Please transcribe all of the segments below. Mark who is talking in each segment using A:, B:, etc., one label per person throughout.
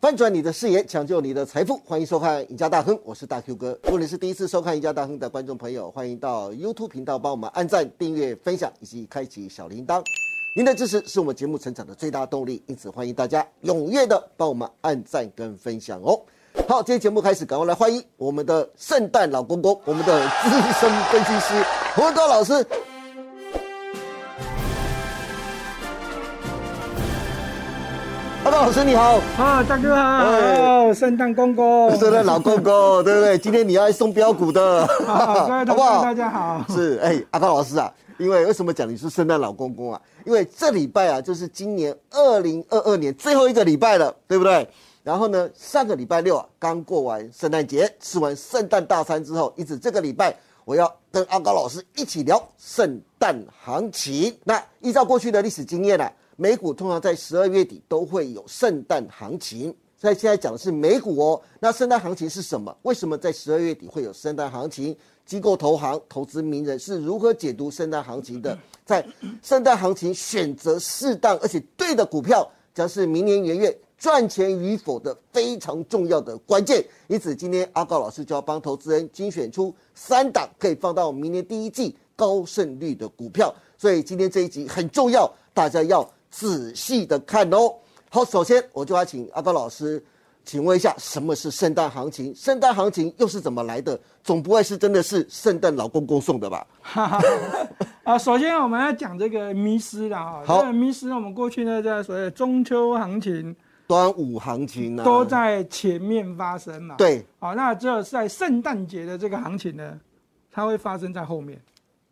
A: 翻转你的视野，抢救你的财富，欢迎收看《赢家大亨》，我是大 Q 哥。如果你是第一次收看《赢家大亨》的观众朋友，欢迎到 YouTube 频道帮我们按赞、订阅、分享以及开启小铃铛。您的支持是我们节目成长的最大动力，因此欢迎大家踊跃的帮我们按赞跟分享哦。好，今天节目开始，赶快来欢迎我们的圣诞老公公，我们的资深分析师洪文高老师。阿高老师你好。
B: 啊，大哥好，
A: 哎
B: 哦圣诞公 公，
A: 对对，老公公，对不对？今天你要来送标股的，
B: 好，各位
A: 好
B: 同
A: 不
B: 学
A: 好？
B: 大家好，
A: 是，哎，阿高老师啊，因为为什么讲你是圣诞老公公啊？因为这礼拜啊，就是今年二零二二年最后一个礼拜了，对不对？然后呢，上个礼拜六啊，刚过完圣诞节，吃完圣诞大餐之后，一直这个礼拜我要跟阿高老师一起聊圣诞行情。那依照过去的历史经验啊，美股通常在十二月底都会有圣诞行情。所以现在讲的是美股哦。那圣诞行情是什么？为什么在十二月底会有圣诞行情？机构投行、投资名人是如何解读圣诞行情的？ 在圣诞行情选择适当而且对的股票，将是明年元月赚钱与否的非常重要的关键。因此，今天阿高老师就要帮投资人精选出三档可以放到明年第一季高胜率的股票。所以今天这一集很重要，大家要仔细的看哦。好，首先我就要请阿高老师，请问一下，什么是圣诞行情？圣诞行情又是怎么来的？总不会是真的是圣诞老公公送的吧？
B: 哈哈哈 啊，首先我们要讲这个迷失了哈，
A: 好
B: 这个迷失我们过去呢在所谓的中秋行情
A: 端午行情啊，
B: 都在前面发生嘛，，
A: 对，
B: 好，那只有在圣诞节的这个行情呢，它会发生在后面，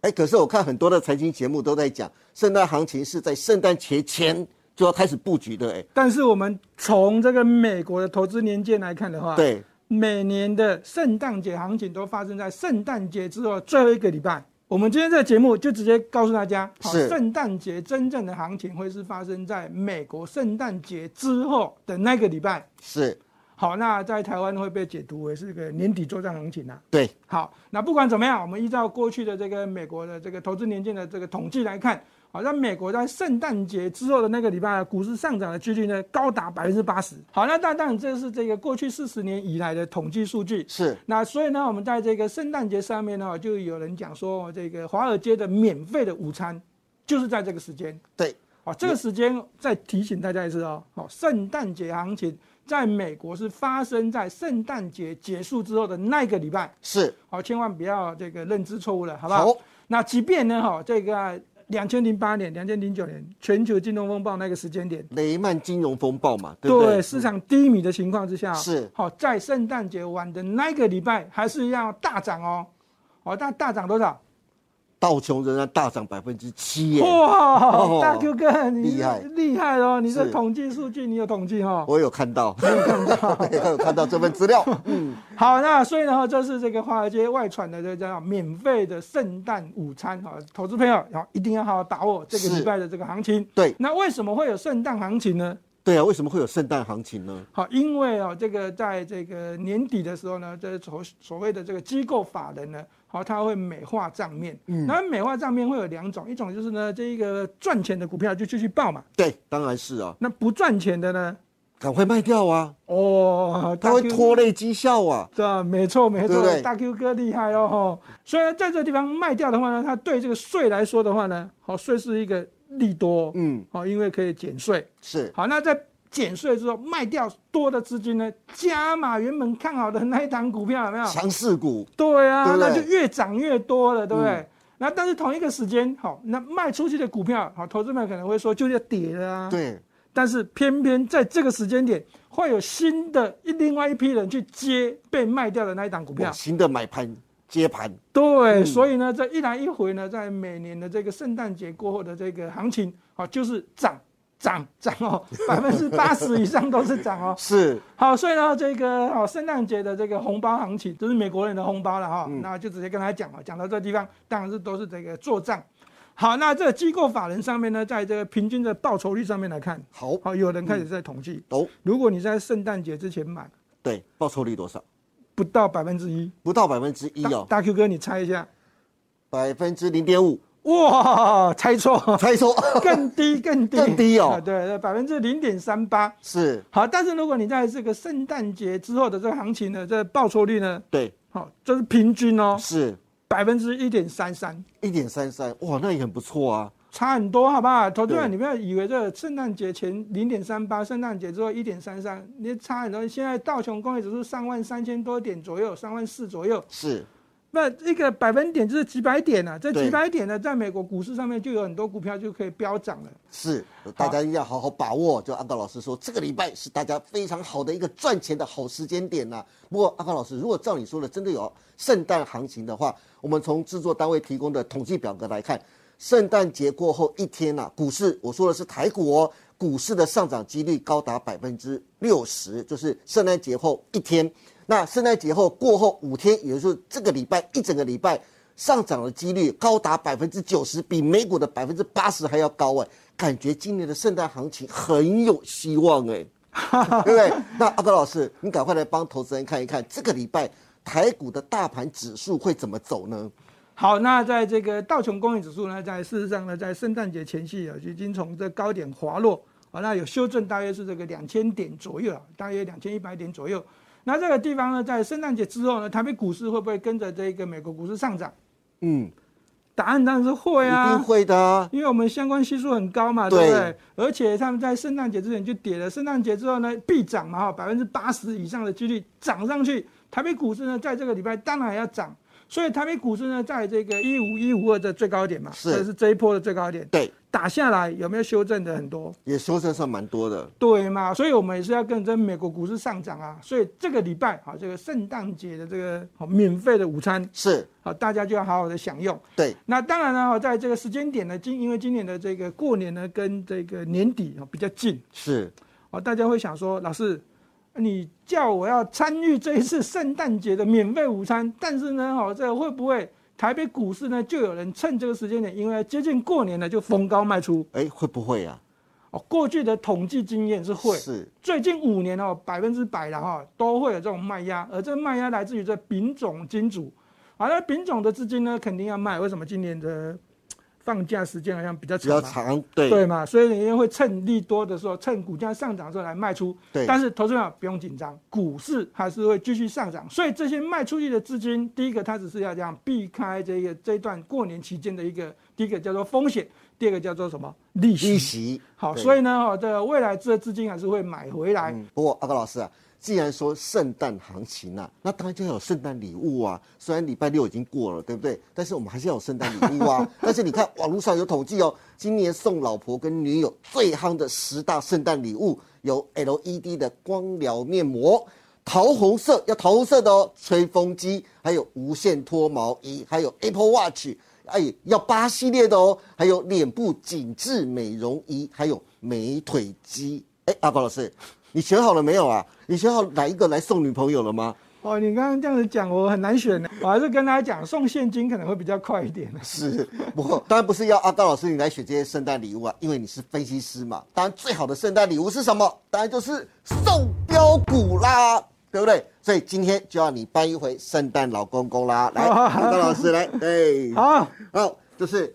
A: 哎，可是我看很多的财经节目都在讲，圣诞行情是在圣诞节前就要开始布局的，哎，
B: 但是我们从这个美国的投资年鉴来看的话，，
A: 对，
B: 每年的圣诞节行情都发生在圣诞节之后最后一个礼拜。我们今天这个节目就直接告诉大家，好，
A: 是
B: 圣诞节真正的行情会是发生在美国圣诞节之后的那个礼拜。
A: 是，
B: 好，那在台湾会被解读为是个年底作战行情啊。
A: 对，
B: 好，那不管怎么样，我们依照过去的这个美国的这个投资年鉴的这个统计来看，好，那美国在圣诞节之后的那个礼拜，股市上涨的几率呢高达百分之八十。好，那当然这是这个过去四十年以来的统计数据。
A: 是，
B: 那所以呢，我们在这个圣诞节上面呢，就有人讲说，这个华尔街的免费的午餐就是在这个时间。
A: 对，
B: 哦，这个时间再提醒大家一次哦，哦，圣诞节行情在美国是发生在圣诞节结束之后的那个礼拜，
A: 是，
B: 哦，千万不要这个认知错误了，好不好？
A: 好
B: 那即便呢，哈、这个两千零八年、两千零九年全球金融风暴那个时间点，
A: 雷曼金融风暴嘛，对不对？
B: 市场低迷的情况之下，
A: 是
B: 好、在圣诞节晚的那个礼拜还是要大涨哦，哦，但大涨多少？
A: 道琼仍然大涨百分之七，耶，
B: 哇
A: 哦，
B: 大 Q 哥，你
A: 厉害
B: 厉害哦！你这
A: 是
B: 统计数据你有统计哦。
A: 我有看到， 我有看到，我有看到这份资料，嗯，
B: 好，那所以呢，这是这个华尔街外传的这叫免费的圣诞午餐哈，投资朋友然后一定要好好把握这个
A: 是
B: 礼拜的这个行情。
A: 对，
B: 那为什么会有圣诞行情呢？
A: 对啊，为什么会有圣诞行情呢？
B: 好，因为哦，这个在这个年底的时候呢，这所所谓的这个机构法人呢，好，他会美化账面。嗯，那美化账面会有两种，一种就是呢，这一个赚钱的股票就继续报嘛，
A: 对，当然是啊，
B: 那不赚钱的呢，
A: 赶快卖掉啊，
B: 哦，
A: 它会
B: 大 Q
A: 拖累绩效啊。
B: 对啊，没错没
A: 对不对
B: 错，大 Q 哥厉害哦吼。所以呢在这地方卖掉的话呢，它对这个税来说的话呢，好税是一个利多，
A: 嗯，
B: 好，因为可以减税。
A: 是
B: 好，那在减税之后卖掉多的资金呢，加码原本看好的那一档股票有没有？
A: 强势股，
B: 对嗯啊，
A: 对不对
B: 那就越涨越多了，对不对？那但是同一个时间，好，那卖出去的股票，好，投资们可能会说就是跌了啊。
A: 对，
B: 但是偏偏在这个时间点，会有新的一另外一批人去接被卖掉的那一档股票
A: 哇。新的买盘接盘，
B: 对，所以呢，这一来一回呢，在每年的这个圣诞节过后的这个行情，好、就是涨涨涨哦， 百分之八十以上都是涨哦。
A: 是
B: 好，所以呢，这个哦，圣诞节的这个红包行情，就是美国人的红包了哈、
A: 嗯
B: 那就直接跟他讲哦，讲到这地方，当然是都是这个做账。好，那这个机构法人上面呢，在这个平均的报酬率上面来看，
A: 好
B: 好，有人开始在统计，
A: 哦，
B: 如果你在圣诞节之前买，
A: 对，报酬率多少？
B: 不到百分之一，
A: 不到百分之一
B: 大
A: 哦，
B: 大 Q 哥，你猜一下？
A: 百分之零点五，
B: 哇，猜错，
A: 猜错
B: 更低更低
A: 更低哦
B: 啊对，百分之零点三八。
A: 是，
B: 好，但是如果你在这个圣诞节之后的这个行情呢，这个报酬率呢，
A: 对，
B: 好、这是平均哦，
A: 是
B: 百分之一点三三，
A: 一点三三，哇，那也很不错啊。
B: 差很多，好不好？投资
A: 对
B: 人，你不要以为这个圣诞节前零点三八，圣诞节之后一点三三，你差很多。现在道琼工业指数上万三千多点左右，三万四左右，
A: 是，
B: 那一个百分点就是几百点啊，这
A: 对
B: 几百点呢，在美国股市上面就有很多股票就可以飙涨了。
A: 是，大家一定要好好把握。就阿高老师说，这个礼拜是大家非常好的一个赚钱的好时间点呐、不过阿高老师，如果照你说的，真的有圣诞行情的话，我们从制作单位提供的统计表格来看，圣诞节过后一天呐、股市我说的是台股哦，股市的上涨几率高达百分之六十，就是圣诞节后一天。那圣诞节后过后五天，也就是这个礼拜一整个礼拜。上涨的几率高达百分之九十，比美股的百分之八十还要高哎，感觉今年的圣诞行情很有希望哎， 对不对？那阿高老师，你赶快来帮投资人看一看，这个礼拜台股的大盘指数会怎么走呢？
B: 好，那在这个道琼工业指数呢，在事实上呢，在圣诞节前夕啊，已经从这高点滑落啊，那有修正，大约是这个两千点左右啊，大约两千一百点左右。那这个地方呢，在圣诞节之后呢，台北股市会不会跟着这个美国股市上涨？
A: 嗯，
B: 答案当然是会
A: 一定
B: 啊，
A: 会的啊、
B: 因为我们相关系数很高嘛，对不
A: 对
B: 对？而且他们在圣诞节之前就跌了，圣诞节之后呢必涨嘛哈，百分之八十以上的几率涨上去。台北股市呢，在这个礼拜当然还要涨，所以台北股市呢，在这个一五一五二的最高点嘛，
A: 是
B: 这是这一波的最高点，
A: 对，
B: 打下来有没有修正的很多？
A: 也修正上蛮多的。
B: 对嘛，所以我们也是要跟着美国股市上涨啊。所以这个礼拜啊，这个圣诞节的这个好免费的午餐
A: 是，
B: 啊，大家就要好好的享用。
A: 对，
B: 那当然了，在这个时间点呢，今因为今年的这个过年呢，跟这个年底啊比较近
A: 是，
B: 啊，大家会想说，老师，你叫我要参与这一次圣诞节的免费午餐，但是呢，哦，这会不会台北股市呢就有人趁这个时间点，因为接近过年了就逢高卖出？
A: 哎，会不会啊？
B: 哦，过去的统计经验是会，
A: 是，
B: 最近五年哦，百分之百了哈，都会有这种卖压，而这卖压来自于这丙种金主，好、那丙种的资金呢肯定要卖，为什么今年的嘖放假时间好像比较
A: 比
B: 长
A: 较
B: 嘛？
A: 长，对，
B: 对嘛，所以人家会趁利多的时候，趁股价上涨的时候来卖出。
A: 对
B: 但是投资者不用紧张，股市还是会继续上涨。所以这些卖出去的资金，第一个它只是要这样避开这个这一段过年期间的一个，第一个叫做风险，第二个叫做什么利息。
A: 利息。
B: 好，
A: 对
B: 所以呢，哦，这个未来这资金还是会买回来。
A: 嗯，不过阿高老师啊，既然说圣诞行情啊，那当然就要有圣诞礼物啊。虽然礼拜六已经过了，对不对？但是我们还是要有圣诞礼物 啊。但是你看网络上有统计哦，今年送老婆跟女友最夯的十大圣诞礼物有 LED 的光疗面膜。桃红色要桃红色的哦，吹风机，还有无线脱毛仪，还有 Apple Watch，哎，要八系列的哦，还有脸部紧致美容仪，还有美腿肌。哎，阿宝老师，你选好了没有啊？你选好哪一个来送女朋友了吗？
B: 哦，你刚刚这样子讲，我很难选呢。我还是跟大家讲，送现金可能会比较快一点。
A: 是，不过当然不是要阿高老师你来选这些圣诞礼物啊，因为你是分析师嘛。当然最好的圣诞礼物是什么？当然就是送标股啦，对不对？所以今天就要你搬一回圣诞老公公啦。来，阿高老师来，哎对，
B: 好，
A: 好，就是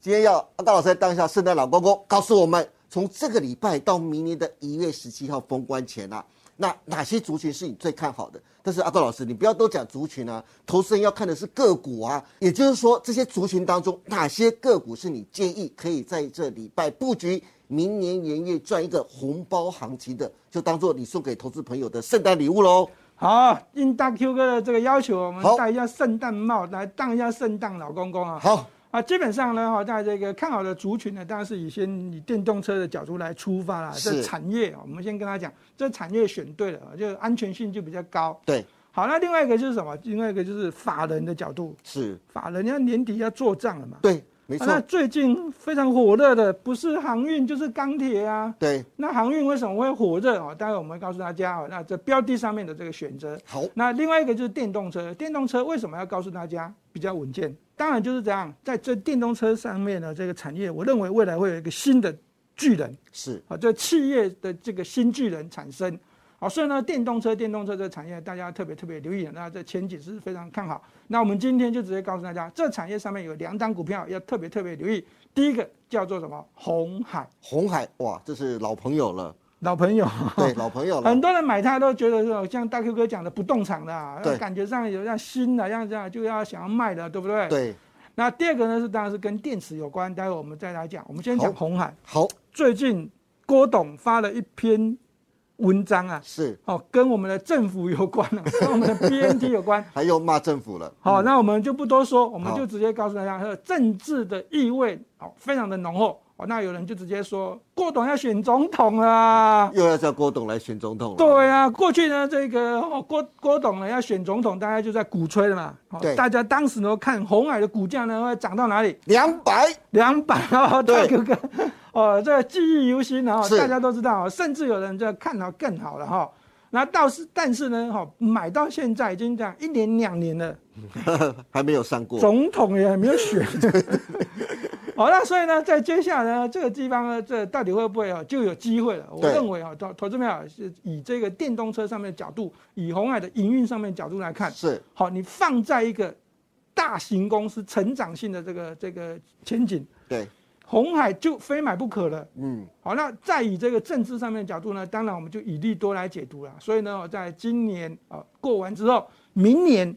A: 今天要阿高老师来当一下圣诞老公公，告诉我们从这个礼拜到明年的一月十七号封关前啊，那哪些族群是你最看好的？但是阿高老师，你不要都讲族群啊，投资人要看的是个股啊。也就是说，这些族群当中，哪些个股是你建议可以在这礼拜布局，明年元月赚一个红包行情的，就当做你送给投资朋友的圣诞礼物喽。
B: 好，应大 Q 哥的这个要求，我们
A: 好
B: 戴一下圣诞帽来当一下圣诞老公公啊。
A: 好，
B: 啊，基本上呢，哈，在这个看好的族群呢，当然是以先以电动车的角度来出发啦。
A: 是
B: 这产业啊，我们先跟他讲，这产业选对了，哦就安全性就比较高。
A: 对，
B: 好，那另外一个就是什么？另外一个就是法人的角度，
A: 是，
B: 法人要年底要做账了嘛。
A: 对，没错
B: 啊那，最近非常火热的不是航运就是钢铁啊。
A: 对，
B: 那航运为什么会火热啊？待会我们会告诉大家啊。那这标的上面的这个选择，
A: 好，
B: 那另外一个就是电动车。电动车为什么要告诉大家比较稳健？当然就是这样，在这电动车上面的这个产业，我认为未来会有一个新的巨人
A: 是，
B: 啊，这企业的这个新巨人产生。好，所以呢，电动车、电动车这个产业大家特别特别留意，那这前景是非常看好。那我们今天就直接告诉大家，这产业上面有两张股票要特别特别留意，第一个叫做什么？红海，
A: 红海哇，这是老朋友 了，
B: 老 朋友。
A: 对，老朋友了
B: 很，多人买它都觉得说，像大 Q 哥讲的不动产的、啊，
A: 对
B: 感觉上有要新的，要这样就要想要卖的，对不对？。
A: 对，
B: 那第二个呢是当然是跟电池有关，待会我们再来讲。我们先讲
A: 好
B: 红海，
A: 好
B: 最近郭董发了一篇文章啊，
A: 是，
B: 哦，跟我们的政府有关了、 跟我们的 BNT 有关。
A: 还有骂政 府了，
B: 好，那我们就不多说，我们
A: 嗯好
B: 就直接告诉大家，它的政治的意味哦非常的浓厚。哦，那有人就直接说郭董要选总统啦。
A: 又要叫郭董来选总统了，
B: 对啊，过去呢，这个、哦、郭郭董呢要选总统，大家就在鼓吹了嘛。哦
A: 对
B: 大家当时呢看红海的股价呢会涨到哪里？
A: 两百，
B: 两百啊，大
A: 对
B: 哥哥，哦，这个记忆犹新啊，
A: 是
B: 大家都知道啊，甚至有人在看好更好了哈。那倒是，但是呢，哈，买到现在已经这样一年两年了，
A: 还没有上过，
B: 总统也没有选。 好，那所以呢，在接下来呢，这个地方呢，这到底会不会啊，就有机会了？我
A: 对
B: 认为啊，投投资朋友是以这个电动车上面的角度，以红海的营运上面的角度来看，
A: 是
B: 好，你放在一个大型公司成长性的这个这个前景，
A: 对，
B: 红海就非买不可了。
A: 嗯，
B: 好，那再以这个政治上面的角度呢，当然我们就以利多来解读了。所以呢，在今年啊、呃过完之后，明年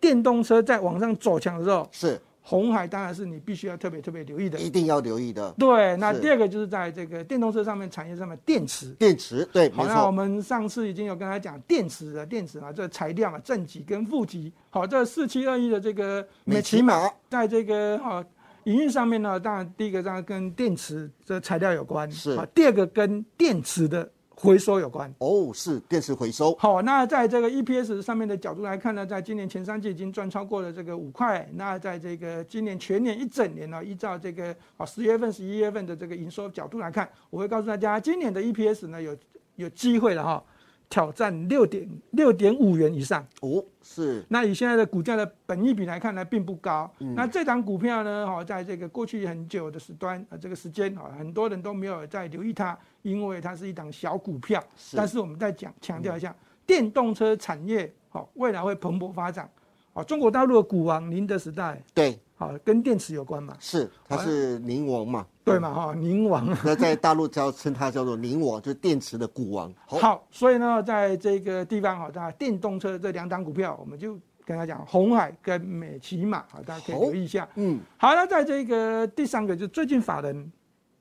B: 电动车在往上走强的时候，
A: 是
B: 红海当然是你必须要特别特别留意的。
A: 一定要留意的，
B: 对，那
A: 是
B: 第二个就是在这个电动车上面产业上面电池。
A: 电池，对，没
B: 好，那我
A: 错，
B: 们上次已经有跟他讲电池的电池嘛，啊这材料嘛，正极跟负极。好，这四七二一的这个
A: 美骑马
B: 在这个哈、哦、营运上面呢，当然第一个当然跟电池的材料有关，
A: 是
B: 好第二个跟电池的回收有关。
A: 哦，是电池回收，
B: 好，那在这个 EPS 上面的角度来看呢，在今年前三季已经赚超过了这个五块。那在这个今年全年一整年呢，依照这个啊十月份、十一月份的这个营收角度来看，我会告诉大家，今年的 EPS 呢有有机会了哈、挑战六点六点五元以上。
A: 哦，是
B: 那以现在的股价的本益比来看呢，并不高。
A: 嗯
B: 那这档股票呢，哈，在这个过去很久的时段啊，呃这个时间啊，很多人都没有在留意它，因为它是一档小股票。
A: 是
B: 但是我们再讲强调一下，电动车产业好未来会蓬勃发展。好，中国大陆的股王宁德时代，
A: 对，
B: 好跟电池有关嘛，
A: 是，它是宁王嘛，
B: 对嘛哈，宁王。
A: 那在大陆叫称它叫做宁王，就是电池的股王，好，
B: 好，所以呢，在这个地方哈，大家电动车这两档股票，我们就跟他讲红海跟美骑马，好，大家可以
A: 好
B: 留意一下。
A: 嗯，
B: 好，那在这个第三个，就最近法人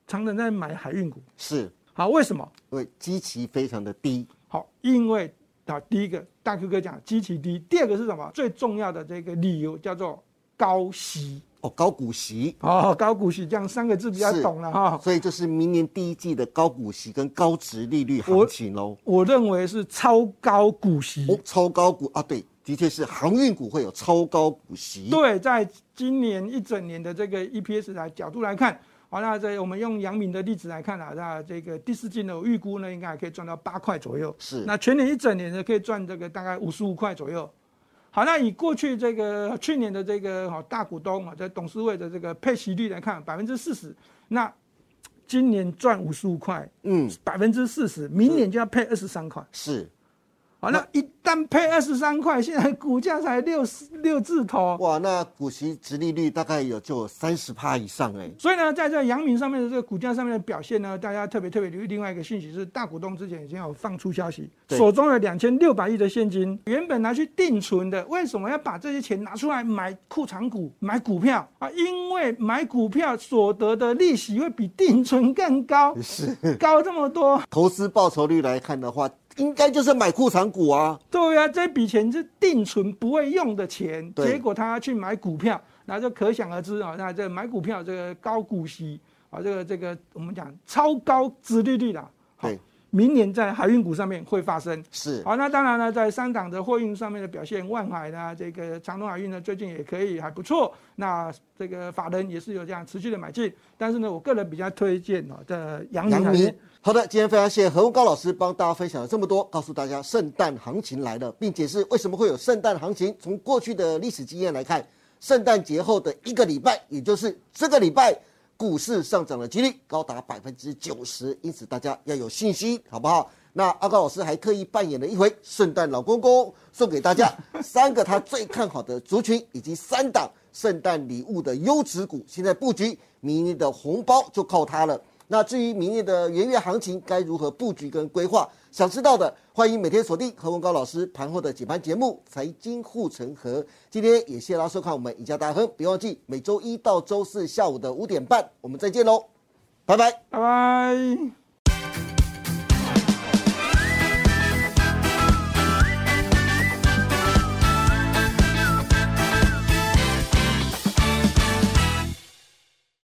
B: 常常在买海运股。
A: 是。
B: 好，为什么？
A: 因为基期非常的低，
B: 好，因为啊，第一个大 Q 哥讲基期低，第二个是什么？最重要的这个理由叫做高息。
A: 哦，高股息，
B: 哦，高股息这样三个字比较
A: 是
B: 懂了哈、
A: 所以这是明年第一季的高股息跟高值利率
B: 我
A: 行情喽。
B: 我认为是超高股息。
A: 哦，超高股啊，对，的确是航运股会有超高股息。
B: 对，在今年一整年的这个 EPS 来角度来看，好，那这我们用阳明的例子来看啊，那这个第四季呢，我预估呢应该还可以赚到八块左右。
A: 是
B: 那全年一整年呢，可以赚这个大概五十五块左右。好，那以过去这个去年的这个好大股东啊，在董事会的这个配息率来看，百分之四十，那今年赚五十五块，
A: 嗯，
B: 百分之四十，明年就要配二十三块。
A: 是
B: 好，那一旦配二十三块，现在股价才六六字头，
A: 哇，那股息值利率大概有就有三十帕以上哎，
B: 所以呢，在这阳明上面的这个股价上面的表现呢，大家特别特别留意另外一个讯息是，大股东之前已经有放出消息，
A: 对
B: 手中有两千六百亿的现金，原本拿去定存的，为什么要把这些钱拿出来买库藏股、买股票啊？因为买股票所得的利息会比定存更高，
A: 是
B: 高这么多。
A: 投资报酬率来看的话，应该就是买库藏股啊。
B: 对啊，这笔钱是定存不会用的钱，
A: 对
B: 结果他去买股票，那就可想而知啊、那这买股票这个高股息啊，这个这个我们讲超高殖利率啦，好
A: 对，
B: 明年在海运股上面会发生。
A: 是
B: 好，那当然呢，在三档的货运上面的表现，万海呢，这个长隆海运呢，最近也可以还不错。那这个法人也是有这样持续的买进，但是呢，我个人比较推荐哦，这阳明
A: 阳
B: 海
A: 明
B: 运。。
A: 好的，今天非常谢谢何文高老师帮大家分享了这么多，告诉大家圣诞行情来了，并解释为什么会有圣诞行情。从过去的历史经验来看，圣诞节后的一个礼拜，也就是这个礼拜，股市上涨的几率高达百分之九十，因此大家要有信心，好不好？那阿高老师还特意扮演了一回圣诞老公公，送给大家三个他最看好的族群以及三档圣诞礼物的优质股，现在布局明年的红包就靠它了。那至于明年的元月行情该如何布局跟规划，想知道的，欢迎每天锁定何文高老师盘后的解盘节目《财经护城河》。今天也谢谢大家收看我们赢家大亨，别忘记每周一到周四下午的五点半，我们再见喽，拜拜。
B: 拜拜。